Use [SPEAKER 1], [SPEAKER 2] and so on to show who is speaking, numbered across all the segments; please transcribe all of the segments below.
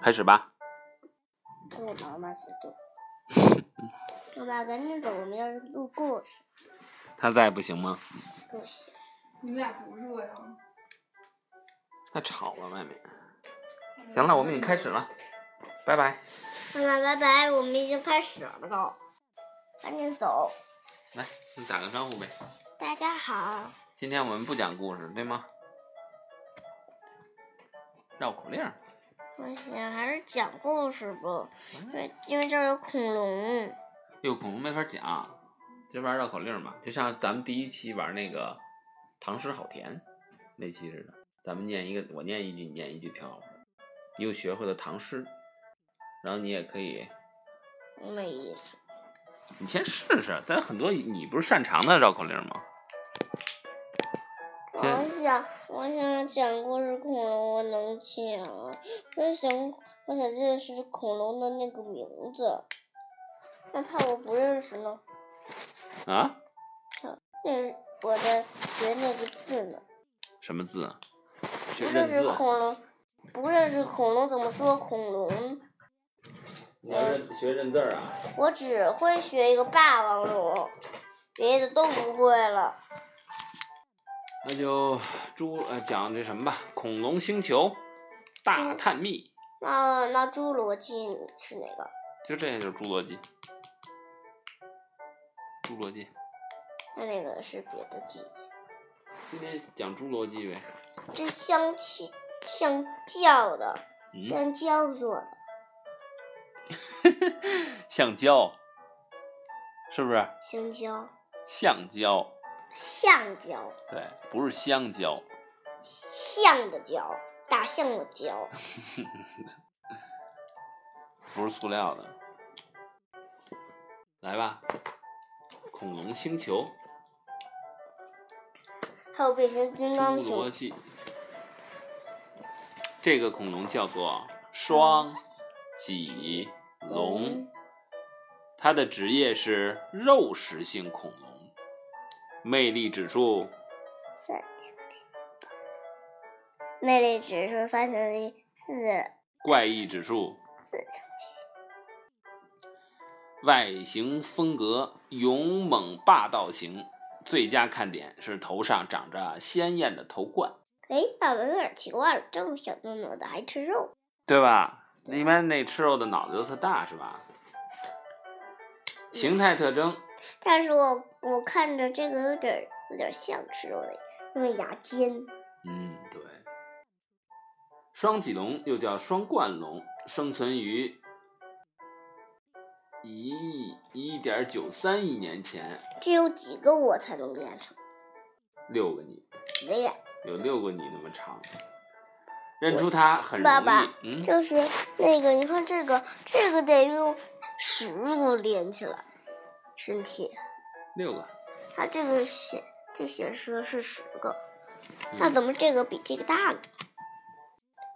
[SPEAKER 1] 开始吧。
[SPEAKER 2] 跟我妈妈学做。妈妈，赶紧走，我们要录故事。
[SPEAKER 1] 他在不行吗？
[SPEAKER 2] 不行，
[SPEAKER 3] 你们俩不热呀？
[SPEAKER 1] 太吵了，外面。行了，我们已经开始了，拜拜。
[SPEAKER 2] 妈妈，拜拜，我们已经开始了都。赶紧走。
[SPEAKER 1] 来，你打个招呼呗。
[SPEAKER 2] 大家好，
[SPEAKER 1] 今天我们不讲故事，对吗？绕口令儿。
[SPEAKER 2] 不行，还是讲故事吧，因
[SPEAKER 1] 嗯
[SPEAKER 2] 为因为这儿有恐龙。
[SPEAKER 1] 哟，恐龙没法讲，就玩绕口令儿嘛，就像咱们第一期玩那个唐诗好甜那期似的，咱们念一个，我念一句，你念一句，挺好玩儿。你又学会了唐诗，然后你也可以，
[SPEAKER 2] 没意思，
[SPEAKER 1] 你先试试。咱很多你不是擅长的绕口令儿吗？
[SPEAKER 2] 我
[SPEAKER 1] 先
[SPEAKER 2] 想，我想讲故事，恐龙我能讲。我想，我想认识恐龙的那个名字，那怕我不认识呢？
[SPEAKER 1] 啊？
[SPEAKER 2] 认嗯我的学那个字呢？
[SPEAKER 1] 什么字？去
[SPEAKER 2] 不
[SPEAKER 1] 认
[SPEAKER 2] 认识
[SPEAKER 1] 字。
[SPEAKER 2] 恐龙，不认识恐龙怎么说恐龙？
[SPEAKER 1] 你要认学认字儿啊？
[SPEAKER 2] 我只会学一个霸王龙，别的都不会了。
[SPEAKER 1] 那就猪呃讲这什么吧，《恐龙星球大
[SPEAKER 2] 嗯
[SPEAKER 1] 探秘
[SPEAKER 2] 那那侏罗纪是哪个？》，
[SPEAKER 1] 就这就是侏罗纪。侏罗纪，
[SPEAKER 2] 那那个是别的纪。
[SPEAKER 1] 今天讲侏罗纪呗。
[SPEAKER 2] 这香气香蕉的，
[SPEAKER 1] 嗯，
[SPEAKER 2] 香蕉做的，
[SPEAKER 1] 橡胶，是不是？
[SPEAKER 2] 香蕉，
[SPEAKER 1] 橡胶，
[SPEAKER 2] 橡胶，
[SPEAKER 1] 对，不是香蕉。
[SPEAKER 2] 象的蕉，大象的蕉。
[SPEAKER 1] 不是塑料的。来吧，恐龙星球，
[SPEAKER 2] 还有变形金刚
[SPEAKER 1] 侏罗
[SPEAKER 2] 熊，
[SPEAKER 1] 纪。这个恐龙叫做双脊龙，它的职业是肉食性恐龙，魅力指数
[SPEAKER 2] 三千魅力指数三乘一，四
[SPEAKER 1] 怪异指数
[SPEAKER 2] 四乘七，
[SPEAKER 1] 外形风格勇猛霸道型，最佳看点是头上长着鲜艳的头冠，
[SPEAKER 2] 哎，爸爸有点奇怪了，这么小的脑袋还吃肉？
[SPEAKER 1] 对吧？一般那吃肉的脑袋都特大是吧？形态特征，
[SPEAKER 2] 但是我我看着这个有点有点像吃肉的，因为牙尖。
[SPEAKER 1] 嗯，对。双脊龙又叫双冠龙，生存于一亿一点九三亿年前，
[SPEAKER 2] 这有几个我才能练成？
[SPEAKER 1] 六个你
[SPEAKER 2] 练。
[SPEAKER 1] 有六个你那么长，认出它很容易。
[SPEAKER 2] 爸爸
[SPEAKER 1] 嗯，
[SPEAKER 2] 就是那个，你看这个，这个得用食物连起来，身体。
[SPEAKER 1] 六个。
[SPEAKER 2] 它这个显，这显示的是十个，
[SPEAKER 1] 嗯
[SPEAKER 2] 那怎么这个比这个大呢？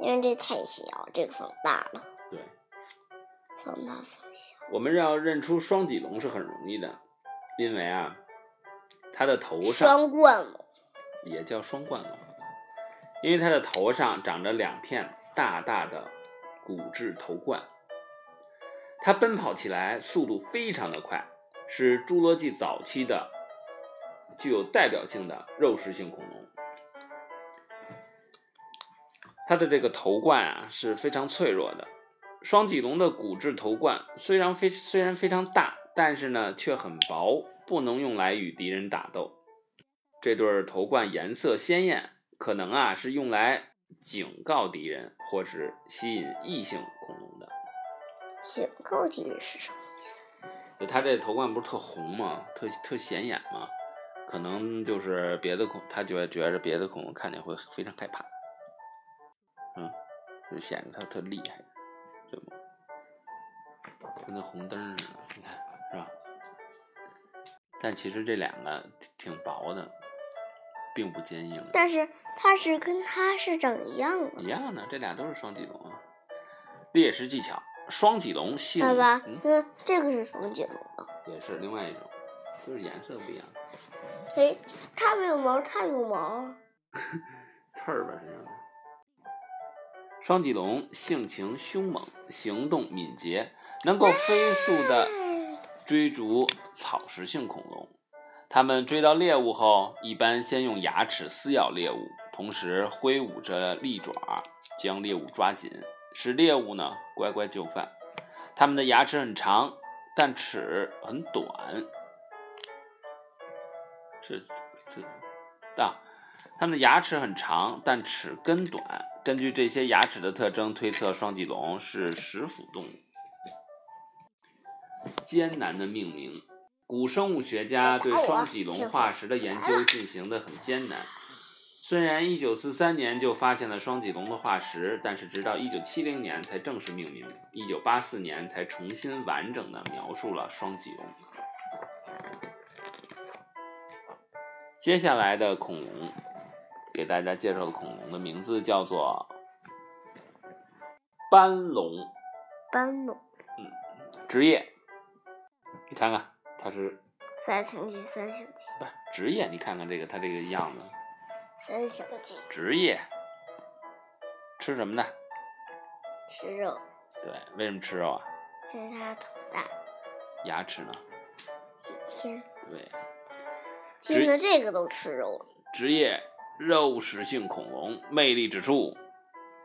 [SPEAKER 2] 因为这太小，这个放大了，
[SPEAKER 1] 对，
[SPEAKER 2] 放大放小。
[SPEAKER 1] 我们要认出双脊龙是很容易的，因为啊，它的头上
[SPEAKER 2] 双冠龙，
[SPEAKER 1] 也叫双冠龙，因为它的头上长着两片大大的骨质头冠。它奔跑起来速度非常的快，是侏罗纪早期的具有代表性的肉食性恐龙。它的这个头冠啊是非常脆弱的。双脊龙的骨质头冠虽然非虽然非常大，但是呢却很薄，不能用来与敌人打斗。这对儿头冠颜色鲜艳，可能啊是用来警告敌人或是吸引异性恐龙的。
[SPEAKER 2] 警告敌人是什么？
[SPEAKER 1] 就它这头冠不是特红吗？特特显眼吗？可能就是别的恐，它觉得觉着别的恐龙看见会非常害怕，嗯，就显得它特厉害，对吗？跟那红灯儿似的，你看是吧？但其实这两个挺挺薄的，并不坚硬。
[SPEAKER 2] 但是它是跟它是长一样的。
[SPEAKER 1] 一样的，这俩都是双脊龙啊。猎食技巧，双脊龙性
[SPEAKER 2] 爸爸，
[SPEAKER 1] 嗯，
[SPEAKER 2] 嗯，这个是什么解龙啊？
[SPEAKER 1] 也是另外一种，就是颜色不一样，
[SPEAKER 2] 哎，它没有毛，它有毛，
[SPEAKER 1] 刺儿吧身上的。双脊龙性情凶猛，行动敏捷，能够飞速的
[SPEAKER 2] 哎
[SPEAKER 1] 追逐草食性恐龙。它们追到猎物后，一般先用牙齿撕咬猎物，同时挥舞着利爪将猎物抓紧，使猎物呢乖乖就范。它们的牙齿很长，但齿很短。这这啊，它们的牙齿很长，但齿根短。根据这些牙齿的特征推测，双脊龙是食腐动物。艰难的命名，古生物学家对双脊龙化石的研究进行的很艰难。虽然1943年就发现了双脊龙的化石，但是直到1970年才正式命名，1984年才重新完整的描述了双脊龙。接下来的恐龙，给大家介绍的恐龙的名字叫做斑龙，
[SPEAKER 2] 斑龙
[SPEAKER 1] 职业，你看看它是
[SPEAKER 2] 三星级，三星级，
[SPEAKER 1] 不是职业？你看看这个它这个样子，
[SPEAKER 2] 三星级，
[SPEAKER 1] 职业吃什么呢？
[SPEAKER 2] 吃肉，
[SPEAKER 1] 对，为什么吃肉啊？
[SPEAKER 2] 因为它头大，
[SPEAKER 1] 牙齿呢？
[SPEAKER 2] 一天。
[SPEAKER 1] 对，
[SPEAKER 2] 现在这个都吃肉了，
[SPEAKER 1] 职业肉食性恐龙，魅力指数，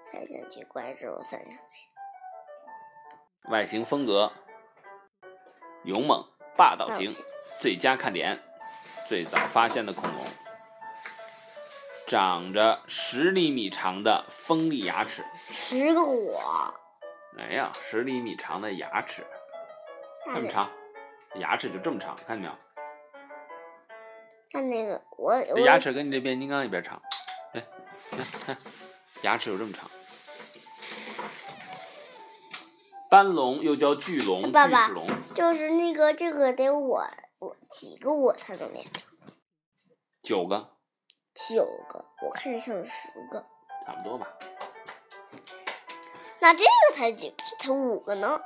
[SPEAKER 2] 三星级怪兽，三星级，
[SPEAKER 1] 外形风格，勇猛霸道型
[SPEAKER 2] 霸道型，
[SPEAKER 1] 最佳看点，最早发现的恐龙，长着十厘米长的锋利牙齿，
[SPEAKER 2] 十个我，
[SPEAKER 1] 哎呀，十厘米长的牙齿，
[SPEAKER 2] 它
[SPEAKER 1] 这么
[SPEAKER 2] 那
[SPEAKER 1] 长，牙齿就这么长，看见没有？
[SPEAKER 2] 它那个我我
[SPEAKER 1] 这牙齿跟你这变形金刚一边长，对，看看， 牙齿有这么长。斑龙又叫巨龙、
[SPEAKER 2] 爸
[SPEAKER 1] 巨
[SPEAKER 2] 爸
[SPEAKER 1] 齿龙，
[SPEAKER 2] 就是那个这个得我我几个我才能练成
[SPEAKER 1] 九个
[SPEAKER 2] 九个，我看着像是十个，
[SPEAKER 1] 差不多吧。
[SPEAKER 2] 那这个才几这才五个呢？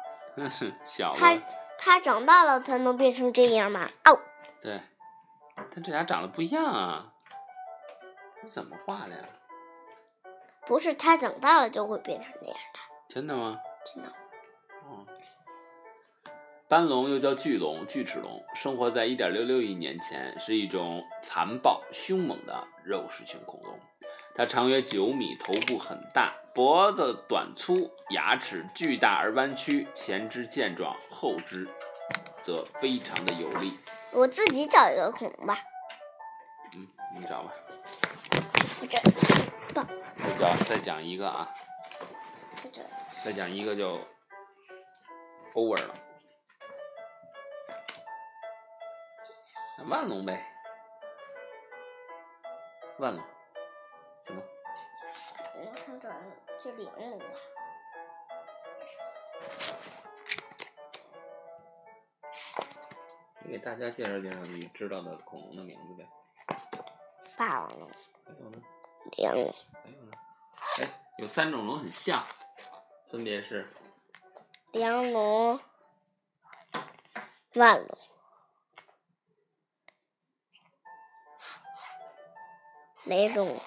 [SPEAKER 1] 小
[SPEAKER 2] 它
[SPEAKER 1] 的，
[SPEAKER 2] 它长大了才能变成这样吗？哦，
[SPEAKER 1] 对，但这俩长得不一样啊，你怎么画的呀？
[SPEAKER 2] 不是，它长大了就会变成那样的，
[SPEAKER 1] 真的吗？
[SPEAKER 2] 真的。
[SPEAKER 1] 哦。斑龙又叫巨龙、巨齿龙，生活在1.66亿年前，是一种残暴凶猛的肉食性恐龙。它长约9米，头部很大，脖子短粗，牙齿巨大而弯曲，前肢健壮，后肢则非常的有力。
[SPEAKER 2] 我自己找一个恐龙吧，
[SPEAKER 1] 嗯，你找吧。
[SPEAKER 2] 我这
[SPEAKER 1] 再讲再讲一个啊，
[SPEAKER 2] 在这儿，
[SPEAKER 1] 再讲一个就 over 了。万龙呗，万龙，行吗？
[SPEAKER 2] 我想找一个就玲珑吧。
[SPEAKER 1] 你给大家介绍介绍你知道的恐龙的名字呗。
[SPEAKER 2] 霸王龙、
[SPEAKER 1] 还有呢？
[SPEAKER 2] 玲珑、
[SPEAKER 1] 还有呢？哎，有三种龙很像，分别是
[SPEAKER 2] 梁龙、万龙、雷龙，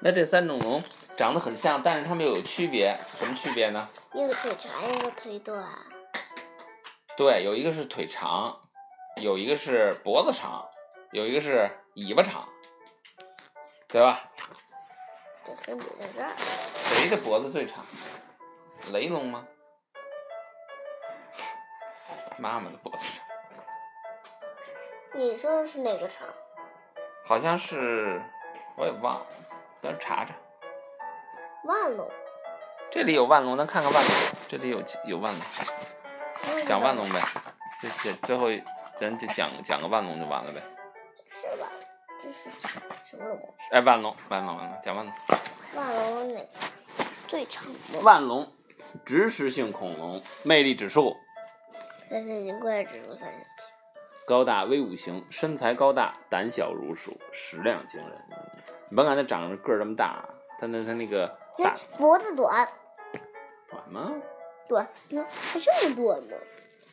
[SPEAKER 1] 那这三种龙长得很像，但是它们又有区别，什么区别呢？
[SPEAKER 2] 一个腿长，一个腿啊短，
[SPEAKER 1] 对，有一个是腿长，有一个是脖子长，有一个是尾巴长，对吧？
[SPEAKER 2] 这分别在这儿。
[SPEAKER 1] 谁的脖子最长？雷龙吗？妈妈的脖子长，
[SPEAKER 2] 你说的是哪个长？
[SPEAKER 1] 好像是我也忘了，咱查查。
[SPEAKER 2] 万龙。
[SPEAKER 1] 这里有万龙，咱看看万龙。这里有有万龙，讲万龙呗。这这最后一咱就讲讲个万龙就完了呗。
[SPEAKER 2] 是吧？这是什么龙？
[SPEAKER 1] 哎，万龙，万龙，万龙，讲万龙。
[SPEAKER 2] 万龙哪个最长？
[SPEAKER 1] 万龙，植食性恐龙，魅力指数
[SPEAKER 2] 三三零怪蜘蛛三三
[SPEAKER 1] 高大威武型，身材高大，胆小如鼠，食量惊人。你甭看它长着个儿这么大，但它它那个大
[SPEAKER 2] 那脖子短，
[SPEAKER 1] 短吗？
[SPEAKER 2] 短，你看还这么短呢。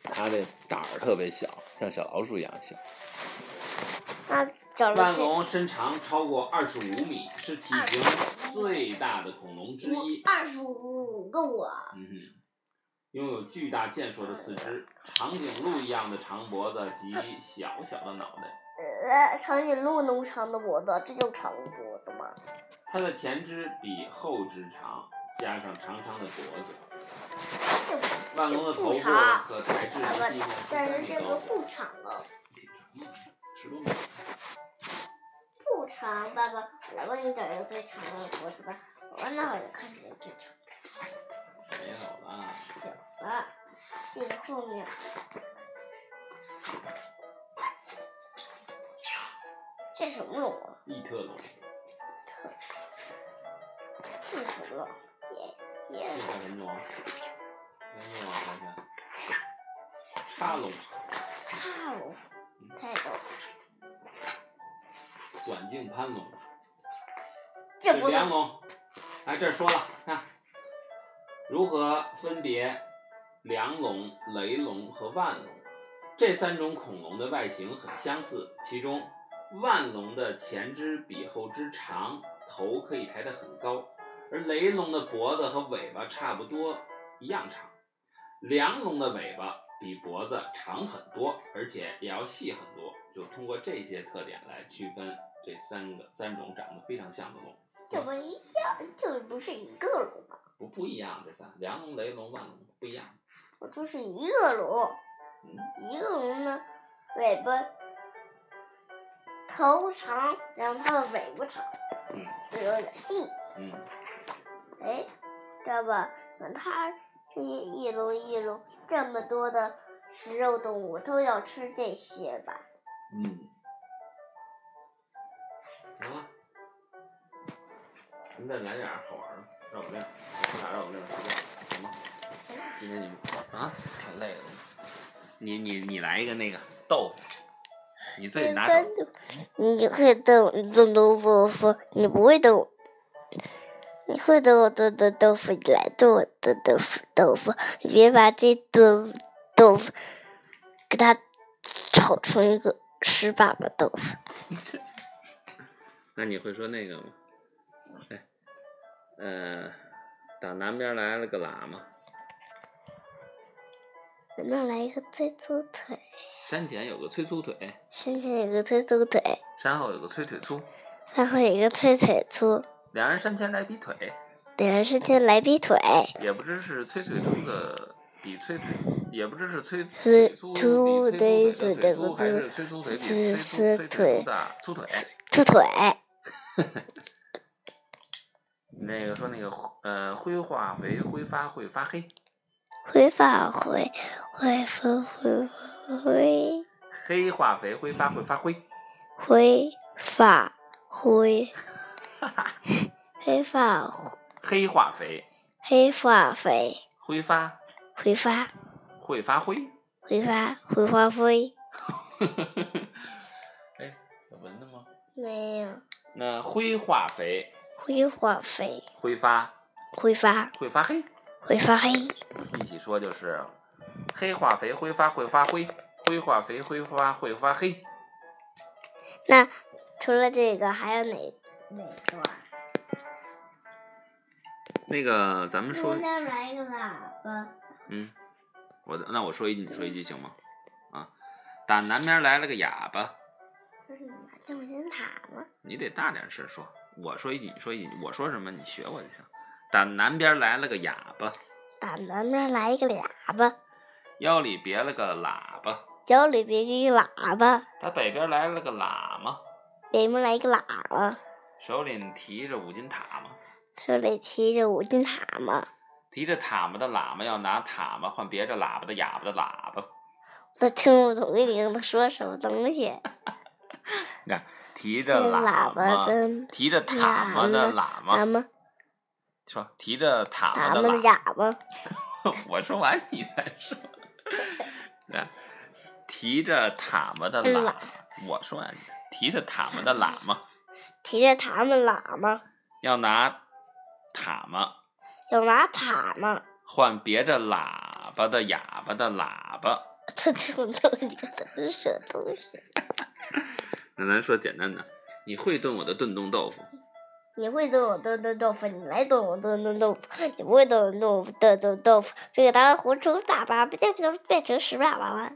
[SPEAKER 1] 它的胆儿特别小，像小老鼠一样小。
[SPEAKER 2] 那长得
[SPEAKER 1] 腕
[SPEAKER 2] 这
[SPEAKER 1] 龙身长超过二十五米，是体型最大的恐龙之一。
[SPEAKER 2] 二十五个我，
[SPEAKER 1] 嗯哼，拥有巨大健硕的四肢，长颈鹿一样的长脖子及小小的脑袋。
[SPEAKER 2] 呃，长颈鹿那么长的脖子，这叫长脖子吗？
[SPEAKER 1] 它的前肢比后肢长，加上长长的脖子。
[SPEAKER 2] 这不
[SPEAKER 1] 万龙的头部
[SPEAKER 2] 这不长
[SPEAKER 1] 可抬至离地面十
[SPEAKER 2] 但
[SPEAKER 1] 三
[SPEAKER 2] 是
[SPEAKER 1] 米
[SPEAKER 2] 这个
[SPEAKER 1] 高，
[SPEAKER 2] 不长哦，
[SPEAKER 1] 挺长的，十多米。
[SPEAKER 2] 不长。爸爸，来吧，你找一个最长的脖子吧。我那会儿就看见最长
[SPEAKER 1] 没有了，
[SPEAKER 2] 的了，这个后面。这什么龙啊？
[SPEAKER 1] 异特龙，
[SPEAKER 2] 这是什么龙？也
[SPEAKER 1] 这
[SPEAKER 2] 也
[SPEAKER 1] 叫什么龙？没啊有啊，好像。叉龙，
[SPEAKER 2] 叉龙，太逗了。
[SPEAKER 1] 短颈攀龙，
[SPEAKER 2] 这
[SPEAKER 1] 水
[SPEAKER 2] 不
[SPEAKER 1] 帘
[SPEAKER 2] 能
[SPEAKER 1] 龙。哎，这儿说了，看如何分别梁龙、雷龙和腕龙。这三种恐龙的外形很相似，其中腕龙的前肢比后肢长，头可以抬得很高，而雷龙的脖子和尾巴差不多一样长。梁龙的尾巴比脖子长很多，而且也要细很多。就通过这些特点来区分这三个三种长得非常像的龙。
[SPEAKER 2] 这不一样，这不是一个龙吗？
[SPEAKER 1] 不不一样，这仨梁龙、雷龙、万龙不一样。
[SPEAKER 2] 我说是一个龙，一个龙呢，尾巴头长，然后它的尾巴长，
[SPEAKER 1] 嗯
[SPEAKER 2] 就有点细。
[SPEAKER 1] 嗯，
[SPEAKER 2] 哎，知道吧？那它这些翼龙、翼龙这么多的食肉动物都要吃这些吧？
[SPEAKER 1] 嗯，行了，咱们再来点儿好玩儿的，绕口令儿，咱俩绕口令儿随便，行吗？今天你们啊，挺累的。你你你来一个那个豆腐，你自己拿
[SPEAKER 2] 嗯
[SPEAKER 1] 手。
[SPEAKER 2] 你会炖炖豆腐，你不会炖。你会炖我炖的豆腐，你来炖我炖豆腐豆腐，你别把这炖豆腐给它炒成一个湿巴巴豆腐。
[SPEAKER 1] 那你会说那个吗？哎，呃，打南边来了个喇嘛，
[SPEAKER 2] 咱们来一个脆粗腿，
[SPEAKER 1] 山前有个催粗腿，
[SPEAKER 2] 先前有个脆粗腿，
[SPEAKER 1] 山后有个催腿粗，
[SPEAKER 2] 然后有一个脆腿粗，
[SPEAKER 1] 两人山前来比腿。
[SPEAKER 2] 两人身前来比腿，
[SPEAKER 1] 也不知是催腿粗的比催腿，也不知是催
[SPEAKER 2] 是
[SPEAKER 1] 腿粗
[SPEAKER 2] 粗
[SPEAKER 1] 比催
[SPEAKER 2] 的粗
[SPEAKER 1] 粗腿的腿粗，还是催粗腿比催粗
[SPEAKER 2] 是
[SPEAKER 1] 催
[SPEAKER 2] 腿
[SPEAKER 1] 腿粗的粗腿。
[SPEAKER 2] 粗腿，
[SPEAKER 1] 那个说那个呃，灰化为挥发会发黑，
[SPEAKER 2] 挥发挥挥挥挥挥。
[SPEAKER 1] 黑化为挥发会发灰。
[SPEAKER 2] 灰发灰，黑发
[SPEAKER 1] 黑化肥
[SPEAKER 2] 黑发肥，
[SPEAKER 1] 挥发
[SPEAKER 2] 挥发
[SPEAKER 1] 会发灰。
[SPEAKER 2] 挥发挥发灰。
[SPEAKER 1] 哎，有蚊子吗？
[SPEAKER 2] 没有
[SPEAKER 1] 那灰化肥
[SPEAKER 2] 挥发肥，
[SPEAKER 1] 挥发
[SPEAKER 2] 挥发
[SPEAKER 1] 会发黑，
[SPEAKER 2] 挥发黑，
[SPEAKER 1] 一起说就是黑化肥挥发会发灰，灰化肥挥发会发黑。
[SPEAKER 2] 那除了这个还有哪哪个啊？
[SPEAKER 1] 那个，咱们说，
[SPEAKER 2] 再来一个喇叭，
[SPEAKER 1] 嗯，我的那我说一句，你说一句行吗？啊，打南边来了个哑巴，
[SPEAKER 2] 这是拿降神塔吗？
[SPEAKER 1] 你得大点声说。我说一句，你说一句，我说什么你学我就行。打南边来了个哑巴，
[SPEAKER 2] 打南边来一个喇叭，
[SPEAKER 1] 腰里别了个喇叭，
[SPEAKER 2] 脚里别一个喇叭，
[SPEAKER 1] 打北边来了个喇嘛，
[SPEAKER 2] 北边来一个喇叭，
[SPEAKER 1] 手里提着五斤塔嘛，
[SPEAKER 2] 手里提着五金塔嘛。
[SPEAKER 1] 提着塔嘛的喇嘛要拿塔嘛换别着喇叭的哑巴的喇叭，
[SPEAKER 2] 我听不懂你跟他说什么东西。
[SPEAKER 1] 提
[SPEAKER 2] 这
[SPEAKER 1] 着
[SPEAKER 2] 嗯喇
[SPEAKER 1] 嘛
[SPEAKER 2] 叭，的
[SPEAKER 1] 提着塔嘛的喇
[SPEAKER 2] 喇
[SPEAKER 1] 嘛，
[SPEAKER 2] 嘛，
[SPEAKER 1] 说提着塔
[SPEAKER 2] 喇
[SPEAKER 1] 嘛
[SPEAKER 2] 嘛
[SPEAKER 1] 的
[SPEAKER 2] 的
[SPEAKER 1] 喇
[SPEAKER 2] 哑巴，
[SPEAKER 1] 我说完你再说。啊，提着塔嘛的
[SPEAKER 2] 喇
[SPEAKER 1] 喇嘛，我说完你，提着塔嘛的喇嘛
[SPEAKER 2] 提着他们喇嘛，
[SPEAKER 1] 要拿塔嘛
[SPEAKER 2] 要拿塔嘛。
[SPEAKER 1] 换别着喇叭的哑巴的喇叭，
[SPEAKER 2] 他听不懂你跟他说东西。
[SPEAKER 1] 那咱说简单的，你会炖我的炖冻豆腐，
[SPEAKER 2] 你会炖我炖炖豆腐，你来炖我炖炖豆腐，你不会炖我炖我炖炖豆腐，这个当活虫粑粑变变变成屎粑粑了。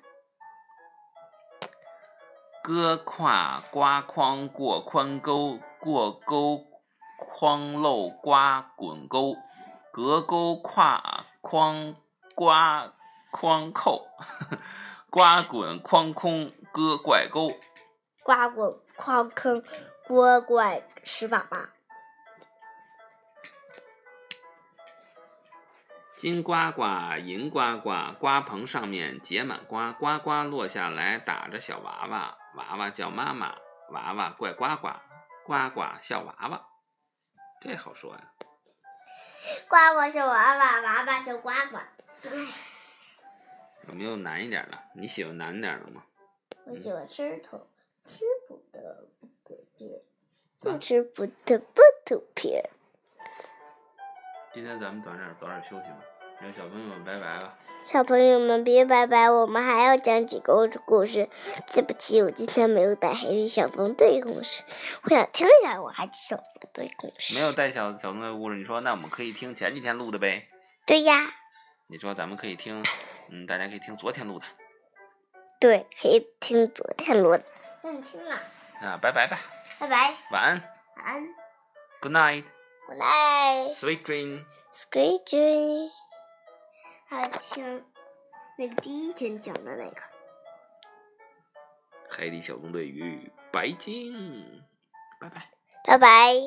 [SPEAKER 1] 搁胯刮筐过宽沟，过沟筐漏刮滚沟，隔沟跨筐刮筐扣， 刮滚筐空搁怪沟。
[SPEAKER 2] 刮滚矿坑，锅怪屎粑粑。
[SPEAKER 1] 金呱呱，银呱呱，瓜棚上面结满瓜，呱呱落下来打着小娃娃，娃娃叫妈妈，娃娃怪呱呱，呱呱笑娃娃，这好说呀、
[SPEAKER 2] 呱呱小娃娃，娃娃小呱呱。
[SPEAKER 1] 有没有难一点的？你喜欢难一点的吗？
[SPEAKER 2] 我喜欢吃土，吃土的不吐皮，
[SPEAKER 1] 嗯
[SPEAKER 2] 不吃不吐不吐皮。
[SPEAKER 1] 今天咱们短点，早点休息吧。让小朋友们拜拜吧。
[SPEAKER 2] 小朋友们别拜拜，我们还要讲几个故事。对不起，我今天没有带黑人小分队故事，我想听一下我还小分队故事。
[SPEAKER 1] 没有带小小东的故事，你说那我们可以听前几天录的呗？
[SPEAKER 2] 对呀，
[SPEAKER 1] 你说咱们可以听，嗯，大家可以听昨天录的。
[SPEAKER 2] 对，可以听昨天录的。那你听了，
[SPEAKER 1] 那拜拜吧，
[SPEAKER 2] 拜拜，
[SPEAKER 1] 晚安
[SPEAKER 2] 晚安
[SPEAKER 1] ，Good night，sweet
[SPEAKER 2] ，Good night。
[SPEAKER 1] dream。
[SPEAKER 2] Great Journey，还有听那个第一天讲的那个，
[SPEAKER 1] 海底小纵队与白鲸，拜拜。
[SPEAKER 2] 拜拜。